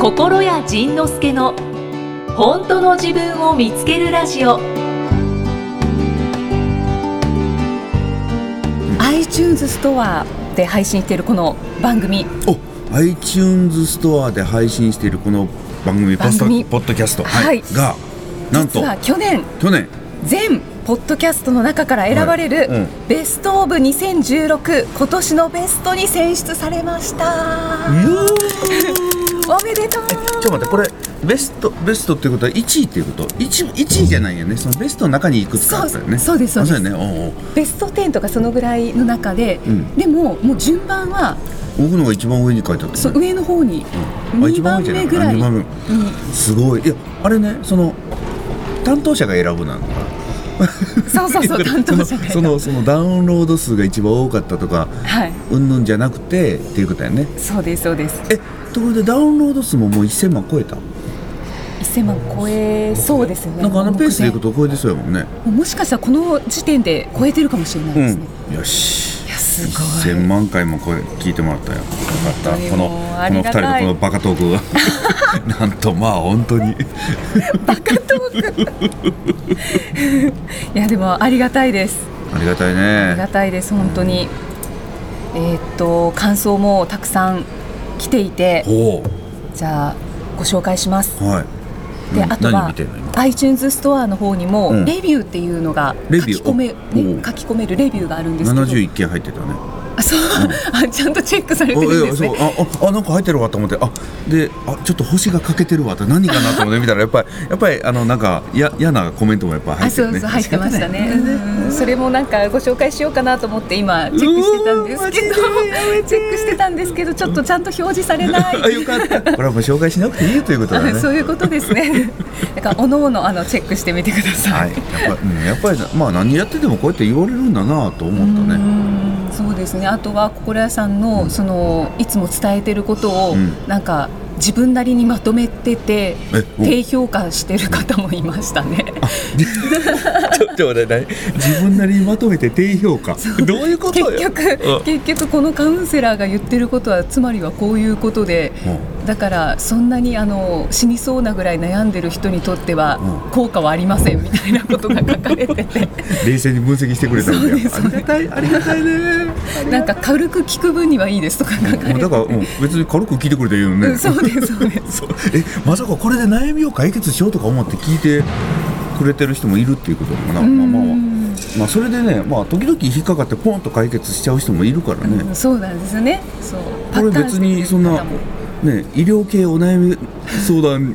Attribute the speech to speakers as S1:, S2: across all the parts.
S1: 心谷仁之助の本当の自分を見つけるラジオ
S2: iTunes ストアで配信しているこの番組
S3: お iTunes ストアで配信しているこの番組ポ
S2: 番
S3: スト
S2: 組
S3: ポッドキャスト、
S2: はい
S3: がなん
S2: 実
S3: と
S2: は去年
S3: 去年
S2: 全ポッドキャストの中から選ばれる、
S3: はいうん
S2: ベストオブ2016今年のベストに選出されました、おめでとう
S3: ちょっと待ってこれベストベストっていうことは1位っていうこと 1, 1位じゃないよねそのベストの中にいくつかあったよね
S2: そうそうですそうです
S3: あよねおう
S2: ベスト10とかそのぐらいの中で、
S3: ん
S2: でももう順番は
S3: おう僕のが一番上に書いてあった
S2: そ
S3: よ
S2: う
S3: ね
S2: 上の方に、
S3: あ
S2: 2
S3: 一
S2: 番
S3: 上じゃな
S2: 目ぐらい
S3: あ
S2: に
S3: 二番目すごいいやあれねその担当者が選ぶなのか
S2: そうそう そう担当者が
S3: そのそのそのダウンロード数が一番多かったとか
S2: はい
S3: うんぬんじゃなくてっていうことやね
S2: そうですそうです
S3: えところでダウンロード数ももう1000万超えた
S2: 1000万超えそうですね
S3: なんかあのペースでいく
S2: と
S3: と超えてそうやもんね。
S2: もしかしたらこの時点で超えてるかもしれないですね、。
S3: よし。
S2: いやすごい
S3: 1000万回も声聞いてもらったよ。よかった。
S2: 本当に
S3: このこ
S2: もうあ
S3: の
S2: り
S3: 二
S2: が
S3: 人
S2: たい
S3: のこのバカトーク がなんとまあ本当に。
S2: いやでもありがたいです
S3: ありがたい
S2: ありが
S3: ね。
S2: たいです本当に、えーっと感想もたくさん来ていて
S3: ほ
S2: じゃあご紹介します
S3: うはい。
S2: で
S3: うん
S2: あと
S3: 何
S2: は
S3: 見てんの今。
S2: iTunes ストアの方にも
S3: うん
S2: レビューっていうのが
S3: レ
S2: 書
S3: ビ
S2: き
S3: ュー
S2: 込め、
S3: お
S2: ね、
S3: お
S2: 書き込めるレビューがあるんですけど
S3: 七十一件入ってたね。
S2: あそう、あ ちゃんとチェックされてるん
S3: い
S2: で
S3: や
S2: す
S3: そ
S2: ね
S3: うあああなんか入ってるわと思ってあであちょっと星が欠けてるわって何かなと思って見たらやっぱりやっぱりあのなんかや嫌なコメントもやっぱ入
S2: あ
S3: って
S2: そ
S3: る
S2: う
S3: ね。
S2: そう入ってましたね、うんそれもなんかご紹介しようかなと思って今チェックしてたんですけどチェックしてたんですけどちょっとちゃんと表示されない
S3: あよかった。 これはもう紹介しなくていいということだね。
S2: あそういうことです ねだからおのおのあのチェックしてみてくださ、
S3: はいい、やっぱ,、うん、やっぱりなまあ何やっててもこうやって言われるんだなと思ったね。
S2: うんそうですねあとは心屋さんのそのいつも伝えてることを
S3: うん
S2: なんか自分なりにまとめてて
S3: えお
S2: 低評価してる方もいましたね
S3: ちょっと待って何自分なりにまとめて低評価どういうこと
S2: 結
S3: よ
S2: 局結局このカウンセラーが言ってることはつまりはこういうことで
S3: うん
S2: だからそんなにあの死にそうなぐらい悩んでる人にとっては
S3: う
S2: 効果はありませんみたいなことが書かれ てて
S3: 冷静に分析してくれたん
S2: そう
S3: で
S2: です
S3: ありがたいありがたいね
S2: なんか軽く聞く分にはいいですとか書かれて
S3: もうだから、うん、別に軽く聞いてくれていいよ
S2: う
S3: ね
S2: んそうですそうです
S3: そうえまさかこれで悩みを解決しようとか思って聞いてくれてる人もいるっていうことだもんな、 まあまあまあまあそれでねまあ時々引っかかってポンと解決しちゃう人もいるからね、
S2: うんそうなんですね。そう。
S3: これ別にそんな
S2: パターンしてくれる
S3: ね医療系お悩み相談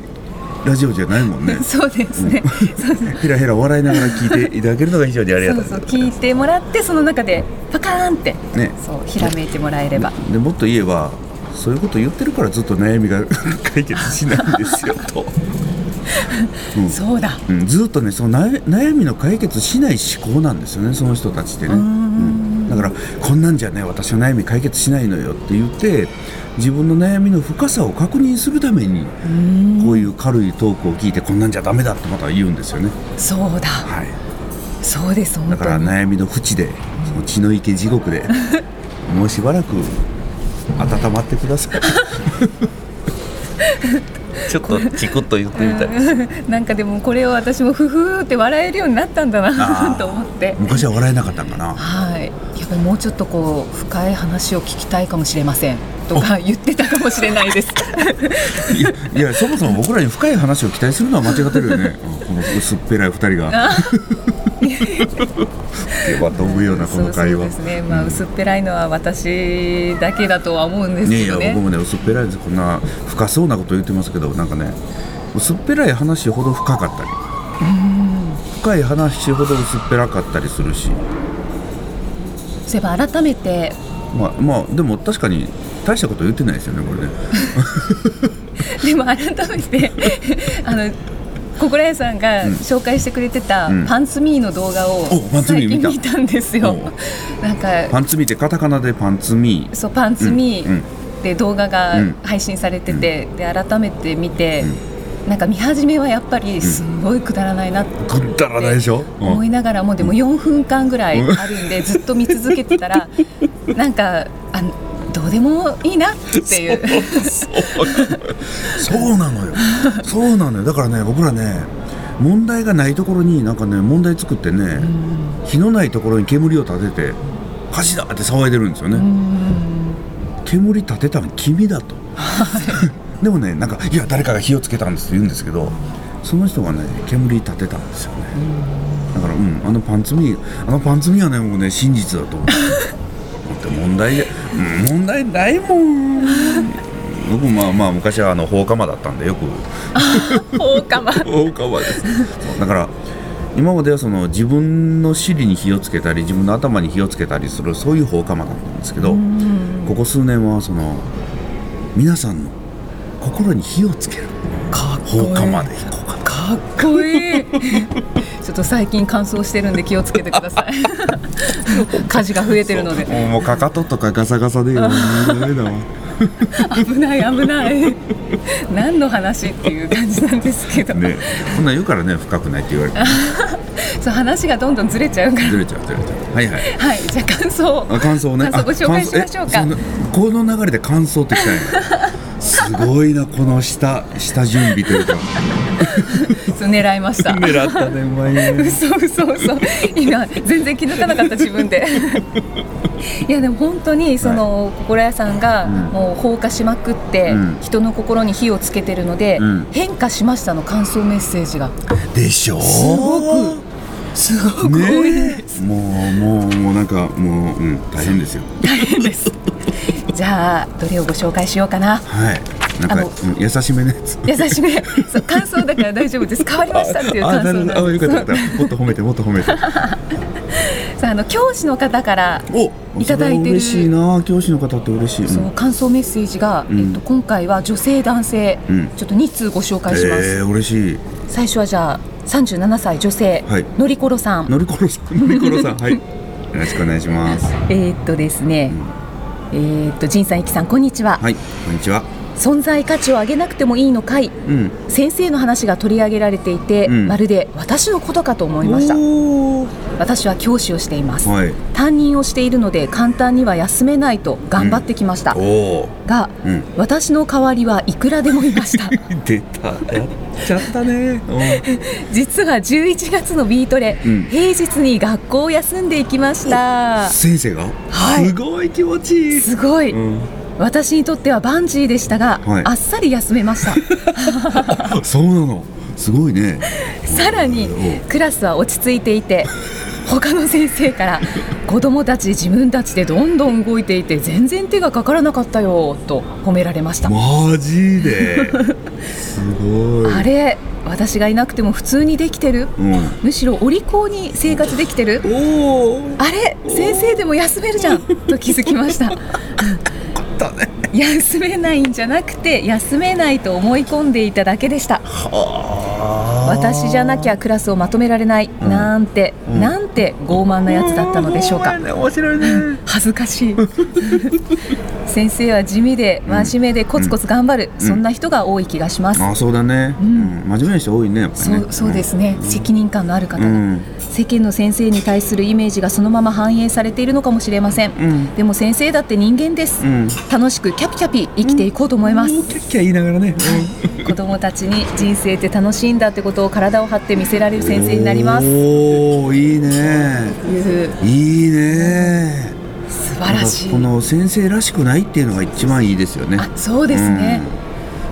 S3: ラジオじゃないもんね
S2: 方も そうですね。そうそう
S3: ヘラヘラ笑いながら聞いていただけるのが非常にありがたい
S2: そう聞いてもらってその中でパカーンって、
S3: ね
S2: そうひらめいてもらえれば。
S3: でもっと言えばそういうこと言ってるからずっと悩みが 解決しないんですよと、
S2: そうだ。
S3: うん、ずっとねその悩悩みの解決しない思考なんですよねその人たちってね、うんだからこんなんじゃね私の悩み解決しないのよって言って自分の悩みの深さを確認するためにこういう軽いトークを聞いてこんなんじゃダメだってまた言うんですよね、
S2: そうだ。
S3: はい、
S2: そうです
S3: だ
S2: 本
S3: か
S2: 当
S3: ら
S2: に。
S3: 悩みの淵でその血の池地獄でもうしばらく温まってください ちょっとチクッと言ってみたいで す
S2: なんかでもこれを私もふふーって笑えるようになったんだ
S3: あ
S2: な
S3: ー
S2: と思って。
S3: 昔は笑えなかったんかな
S2: はい。やっぱりもうちょっとこう深い話を聞きたいかもしれませんとか言ってたかもしれない です。
S3: いやいやそもそも僕らに深い話を期待するのは間違ってる よね、うんこの薄っぺらい二人 がでは飛ぶようなこの会話
S2: そうそうですね。まあ薄っぺらいのは私だけだとは思うんです
S3: ね
S2: け
S3: いや
S2: どね。
S3: 僕もね薄っぺらいですこんな深そうなこと言ってますけどなんかね薄っぺらい話ほど深かったり深い話ほど薄っぺらかったりするし
S2: そういえば改めて
S3: まあまあでも確かに大したこと言ってないですよねこれね
S2: でも改めて あの心屋さんが紹介してくれてた
S3: うん
S2: パンツミーの動画を
S3: おパンツミ
S2: 最
S3: ー見
S2: 近
S3: た
S2: 見たんですよ
S3: お。
S2: なんか
S3: パンツミーってカタカナでパンツミー
S2: そうパンツミ
S3: うんうん
S2: ーで動画が
S3: うん
S2: 配信されてて、で改めて見て、なんか見始めはやっぱりすごいくだらないなって
S3: くだらないでしょ、うん
S2: 思いながらもでも4分間ぐらいあるんでずっと見続けてたらなんかあのどうでもいいなっていう
S3: そうなのよそうなのよだからね僕らね問題がないところになんかね問題作ってね火のないところに煙を立てて火事だって騒いでるんですよね、煙立てたの君だとでもねなんか「いや誰かが火をつけたんです」って言うんですけどその人がね煙立てたんですよねだからうんあのパンツ見あのパンツ見はね僕ね真実だと 思うだって問題じゃうん問題ないもん僕まあまあ昔はあの放火魔だったんでよく
S2: 放火魔
S3: 放火魔ですだから今まではその自分の尻に火をつけたり自分の頭に火をつけたりするそういう放火魔だったんですけど、ここ数年はその皆さんの心に火をつける
S2: かっ
S3: 放火魔でいこうかな
S2: かっこいいちょっと最近乾燥してるんで気をつけてくだ さい火事が増えてるので
S3: そうもうかかととかガサガサでよダメだわ
S2: 危ない危ない何の話っていう感じなんですけど、
S3: ねこんなん言うからね深くないって言われて
S2: そう話がどんどんずれちゃうから
S3: ずれちゃうずれちゃうはいはい
S2: はいじゃあ 感想を
S3: あ感想ね。
S2: 感想ご紹介しましょうか
S3: あ感想えそんなこの流れで感想ってきたんやすごいなこの下下準備というか
S2: そう狙いました
S3: 狙ったねうまいね
S2: 嘘嘘嘘今全然気づかなかった自分でいやでも本当にその、心屋さんが
S3: うん
S2: もう放火しまくって、
S3: うん
S2: 人の心に火をつけてるので、
S3: うん
S2: 変化しましたの感想メッセージが
S3: でしょう
S2: すごすごく多い
S3: ね
S2: で
S3: えもうもうもうなんかもう、うん、大変ですよ
S2: す、じゃあどれをご紹介しようかな
S3: はいなん
S2: あ
S3: か、
S2: の
S3: うん優しめのやつ
S2: 優しめそう感想だから大丈夫です変わりましたっていう感想なん
S3: なるほどあ
S2: で
S3: よかったよか
S2: す
S3: ったもっと褒めてもっと褒 めて
S2: そうあの教師の方から
S3: お
S2: いただいてる
S3: それは嬉しいな教師の方って嬉しいうん
S2: そう感想メッセージが、
S3: うん
S2: えっと、今回は女性男性、
S3: うん
S2: ちょっと2通ご紹介します、
S3: えー、嬉しい
S2: 最初はじゃあ37歳女性、
S3: はい
S2: のりころさん
S3: のりころさ んのりころさんはいよろしくお願いします
S2: えーっとですね、えーっと仁さんいきさんこんにちは、
S3: はいこんにちは
S2: 存在価値を上げなくてもいいのかい
S3: うん
S2: 先生の話が取り上げられていて、
S3: うん
S2: まるで私のことかと思いました
S3: おー
S2: 私は教師をしています、
S3: はい
S2: 担任をしているので簡単には休めないと頑張ってきました、
S3: おお
S2: が、
S3: うん
S2: 私の代わりはいくらでもいました
S3: 出たやっちゃったね
S2: 実は11月のビートレ、
S3: うん
S2: 平日に学校を休んでいきました
S3: 先生が、
S2: はい
S3: すごい気持ちいい
S2: すごい、
S3: うん、
S2: 私にとってはバンジーでしたが、
S3: はい
S2: あっさり休めました
S3: そうなのすごいね
S2: さらに
S3: うん
S2: クラスは落ち着いていて他の先生から子供たち自分たちでどんどん動いていて全然手がかからなかったよと褒められました
S3: マジですごい
S2: あれ私がいなくても普通にできてる
S3: うん、
S2: むしろお利口に生活できてる
S3: おお
S2: あれ先生でも休めるじゃんと気づきました
S3: だね
S2: 休めないんじゃなくて休めないと思い込んでいただけでした私じゃなきゃクラスをまとめられない
S3: うん
S2: なんて、
S3: うん
S2: なんて傲慢なやつだったのでしょうか
S3: ん面白いね
S2: 恥ずか しい先生は地味で真面目でコツコツ頑張る、そんな人が多い気がします、
S3: あそうだね、うんん真面目な人多いねやっぱり
S2: そ
S3: ね
S2: うそうですね、責任感のある方
S3: う
S2: が、
S3: ん
S2: 世間の先生に対するイメージがそのまま反映されているのかもしれません、
S3: うん
S2: でも先生だって人間です、
S3: うん
S2: 楽しくキャピキャピ生きていこうと思います、
S3: キャッキャ言いながらね、
S2: 子供たちに人生って楽しいんだってことを体を張って見せられる 先生になります
S3: おおいいね
S2: いう
S3: いいね
S2: 素晴らしい
S3: この先生らしくないっていうのが一番いいですよね
S2: あそうですね、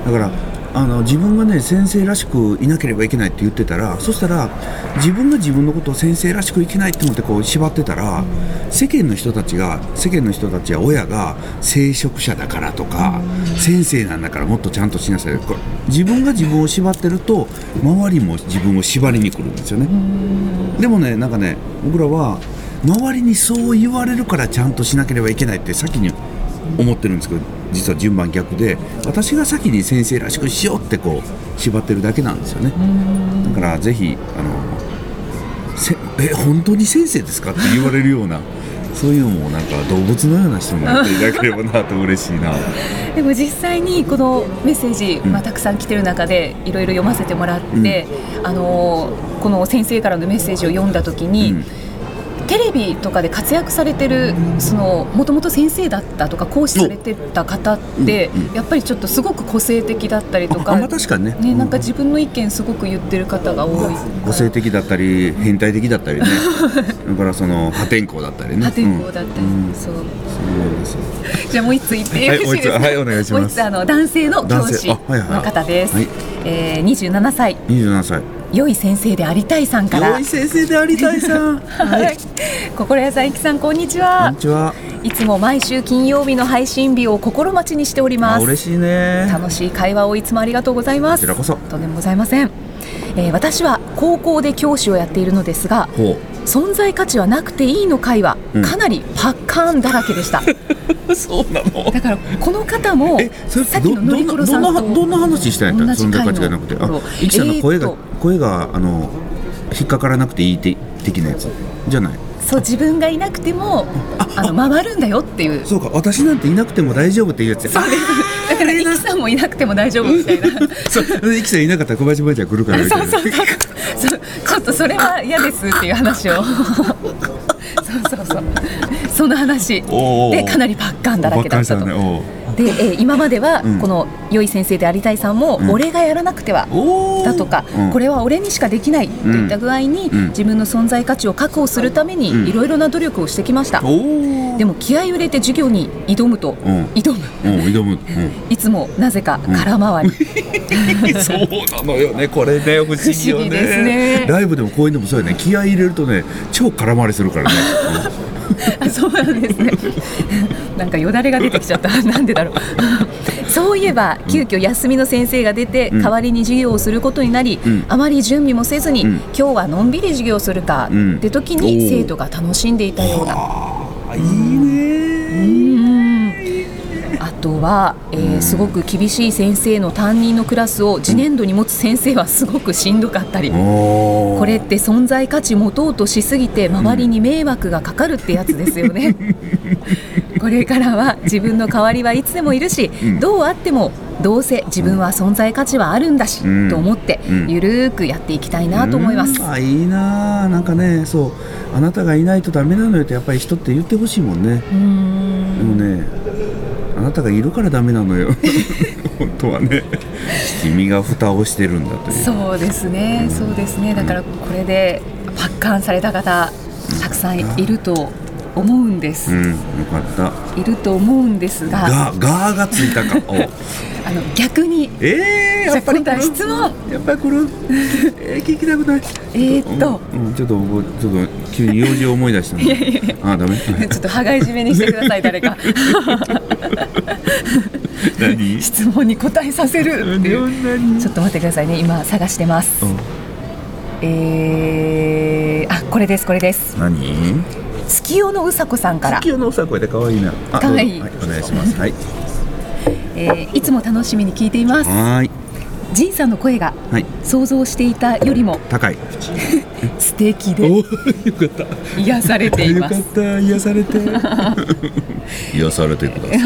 S3: うんだからあの自分がね先生らしくいなければいけないって言ってたらそしたら自分が自分のことを先生らしくいけないって思ってこう縛ってたら、世間の人たちが世間の人たちや親が聖職者だからとか、先生なんだからもっとちゃんとしなさいこれ自分が自分を縛ってると周りも自分を縛りに来るんですよね。でもねなんかね僕らは周りにそう言われるからちゃんとしなければいけないって先に思ってるんですけど実は順番逆で私が先に先生らしくしようってこう縛ってるだけなんですよねだからぜひあのせえ本当に先生ですかって言われるようなそういうのもなんか動物のような人になっていただければなと嬉しいな
S2: でも実際にこのメッセージ、まあ、たくさん来てる中でいろいろ読ませてもらって、あのーこの先生からのメッセージを読んだ時に、
S3: うん
S2: テレビとかで活躍されてるもともと先生だったとか講師されてた方って、
S3: うんうん
S2: やっぱりちょっとすごく個性的だったりと
S3: あ
S2: か,、
S3: まあ確かにね
S2: ね、なんか自分の意見すごく言ってる方が多いから
S3: 個性的だったり変態的だ ったりねだからその破天荒だったりね
S2: 破天荒だったり、
S3: うんうん
S2: そう
S3: そうなんですよ
S2: じゃあもう一つ言ってよ
S3: は
S2: ろ
S3: いもう
S2: しいです
S3: 一つ
S2: か、
S3: はいお願いします
S2: もう一つあの男性の教
S3: 男
S2: 師
S3: 性あはいはい
S2: の方です、
S3: はい
S2: えー、27歳
S3: 27歳
S2: 良い先生でありたいさんから
S3: 良い先生でありたい さんは
S2: はい、心屋さん、いきさん、こんにち
S3: こん
S2: は
S3: に。ちはい
S2: つも毎週金曜日の配信日を心待ちにしておりま
S3: あ
S2: す。
S3: 嬉しいね
S2: 楽しい会話をいつもありがとうございます。
S3: こちらこそ
S2: とんでもございません。えー私は高校で教師をやっているのですが、
S3: ほ
S2: 存在価値はなくていいの会は
S3: うん
S2: かなりパッカーンだらけで した。
S3: うそうなの
S2: だからこの方も
S3: えそれ
S2: さっきののりころさん
S3: どどんなどんな
S2: と
S3: 話したんやったら
S2: 同じ
S3: そんな価値がなくて
S2: 回の
S3: あいきさんの声が、
S2: えーっ
S3: 声があの引っかからなくていいて的なやつじゃない
S2: そう自分がいなくてもあの回るんだよっていう。
S3: そうか私なんていなくても大丈夫っていうやつやそう
S2: だからイキさんもいなくても大丈夫みたいな。
S3: そういきさんいなかったら小林坊ちゃん来るからみたいな
S2: そうそうそうそうちょっとそれは嫌ですっていう話 をそうそうそうその話
S3: お
S2: で
S3: ー
S2: かなりパッカンだらけだったと、
S3: ばっかりしたね
S2: で、えー今までは
S3: うん
S2: この良い先生でありたいさんも、
S3: うん
S2: 俺がやらなくては
S3: おうおー
S2: だとか、
S3: うん
S2: これは俺にしかできないといった具合に、
S3: うん
S2: 自分の存在価値を確保するため
S3: うん
S2: にいろいろな努力をしてきました、
S3: おー
S2: でも気合いを入れて授業に挑むと、
S3: うん
S2: 挑む
S3: うん挑む、
S2: いつもなぜか空回り、
S3: うん、そうなのよねこれね不思議よ
S2: 不思議ですね
S3: ライブでも公演でもそうやね気合い入れるとね超空回りするからね
S2: あ そうなんですね。なんかよだれが出てきちゃった。 なんでだろう。そういえば急遽休みの先生が出て、
S3: ん
S2: 代わりに授業をすることになり、
S3: うん
S2: あまり準備もせずに、
S3: うん
S2: 今日はのんびり授業するか、
S3: うん
S2: って時
S3: おー
S2: に生徒が楽しんでいたような。
S3: あいいね
S2: うんあとは、えーすごく厳しい先生の担任のクラスを次年度に持つ先生はすごくしんどかったり。
S3: おー
S2: これって存在価値持とうとしすぎて周りに迷惑がかかるってやつですよ ねこれからは自分の代わりはいつでもいるし、
S3: うん
S2: どうあってもどうせ自分は存在価値はあるんだし、
S3: うん
S2: と思って
S3: うん
S2: ゆるーくやっていきたいなと思います、
S3: うんあいいなあなんかねそうあなたがいないとダメなのよってやっぱり人って言ってほしいもんね
S2: うーん
S3: でもねあなたがいるからダメな のよ本当はね君が蓋をしてるんだという
S2: そうですね、そうですねだからこれでパッカンされた方たくさんいると思うんです、
S3: うんよかった
S2: いると思うんですが
S3: ががーがつい たかお
S2: あの逆に
S3: えー、
S2: じゃ
S3: や
S2: あ
S3: っぱり
S2: 今
S3: 来
S2: 度は
S3: る
S2: 質問
S3: やっぱり来るえー、聞きたくない
S2: えーっと
S3: うんうんちょっと僕ちょっと急に用事を思い出したんであダメ
S2: ちょっと羽交い締めにしてください、誰か。
S3: 何
S2: 質問に答えさせるっていう。
S3: 何
S2: ちょっと待ってくださいね、今探してます。
S3: うん
S2: えー、あ、これです、これです。
S3: 何
S2: 月夜のうさこさんから、
S3: 月夜のおさ声で可愛いな。あ
S2: 可愛い
S3: どうぞはお願いします。はい。
S2: えーいつも楽しみに聞いています。
S3: はーい。
S2: ジンさんの声が
S3: はい。
S2: 想像していたよりも
S3: 高い。
S2: 素敵
S3: お
S2: で
S3: ーよかっ
S2: 癒され
S3: た。
S2: てい
S3: よ
S2: ま
S3: かっ
S2: す。
S3: た。癒さ れて。癒されてください。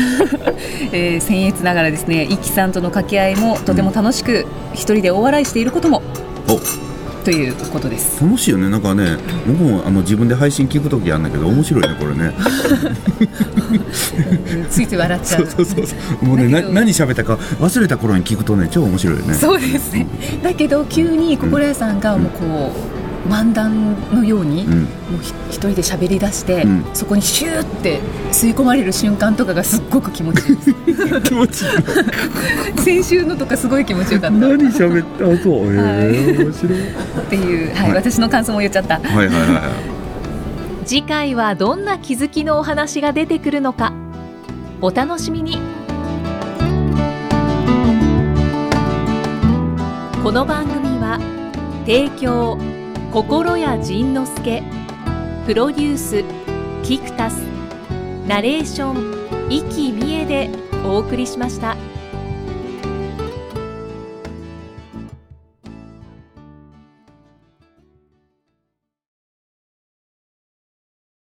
S2: えー、僭越ながらですね、イキさんとの掛け合いもとても楽しく、一人で大笑いしていることも
S3: お、
S2: ということ です。
S3: 楽しいよね。なんかね、僕もあの自分で配信聞くときやんだけど、面白いねこれね。
S2: うんついつい笑っちゃ
S3: そう
S2: う。
S3: そうそうそう。もうね、な
S2: だけど
S3: 何喋ったか忘れた頃に聞くとね、超面白いよね。
S2: そうですね。だけど急に心屋さんがもうこう漫談のように、
S3: うん
S2: もうひ一人で喋り出して、
S3: うん
S2: そこにシューって吸い込まれる瞬間とかがすっごく気持ちいいです
S3: 気持ちいい。
S2: 先週のとかすごい気持ちよかった
S3: 何
S2: っ
S3: 喋ったそう。えー面白い。
S2: ていう、はい
S3: はい
S2: 私の感想も言っちゃった
S3: はいはいはいはい。
S1: 次回はどんな気づきのお話が出てくるのかお楽しみにこの番組は提供心谷仁之助プロデュースキクタスナレーション生きみえでお送りしました。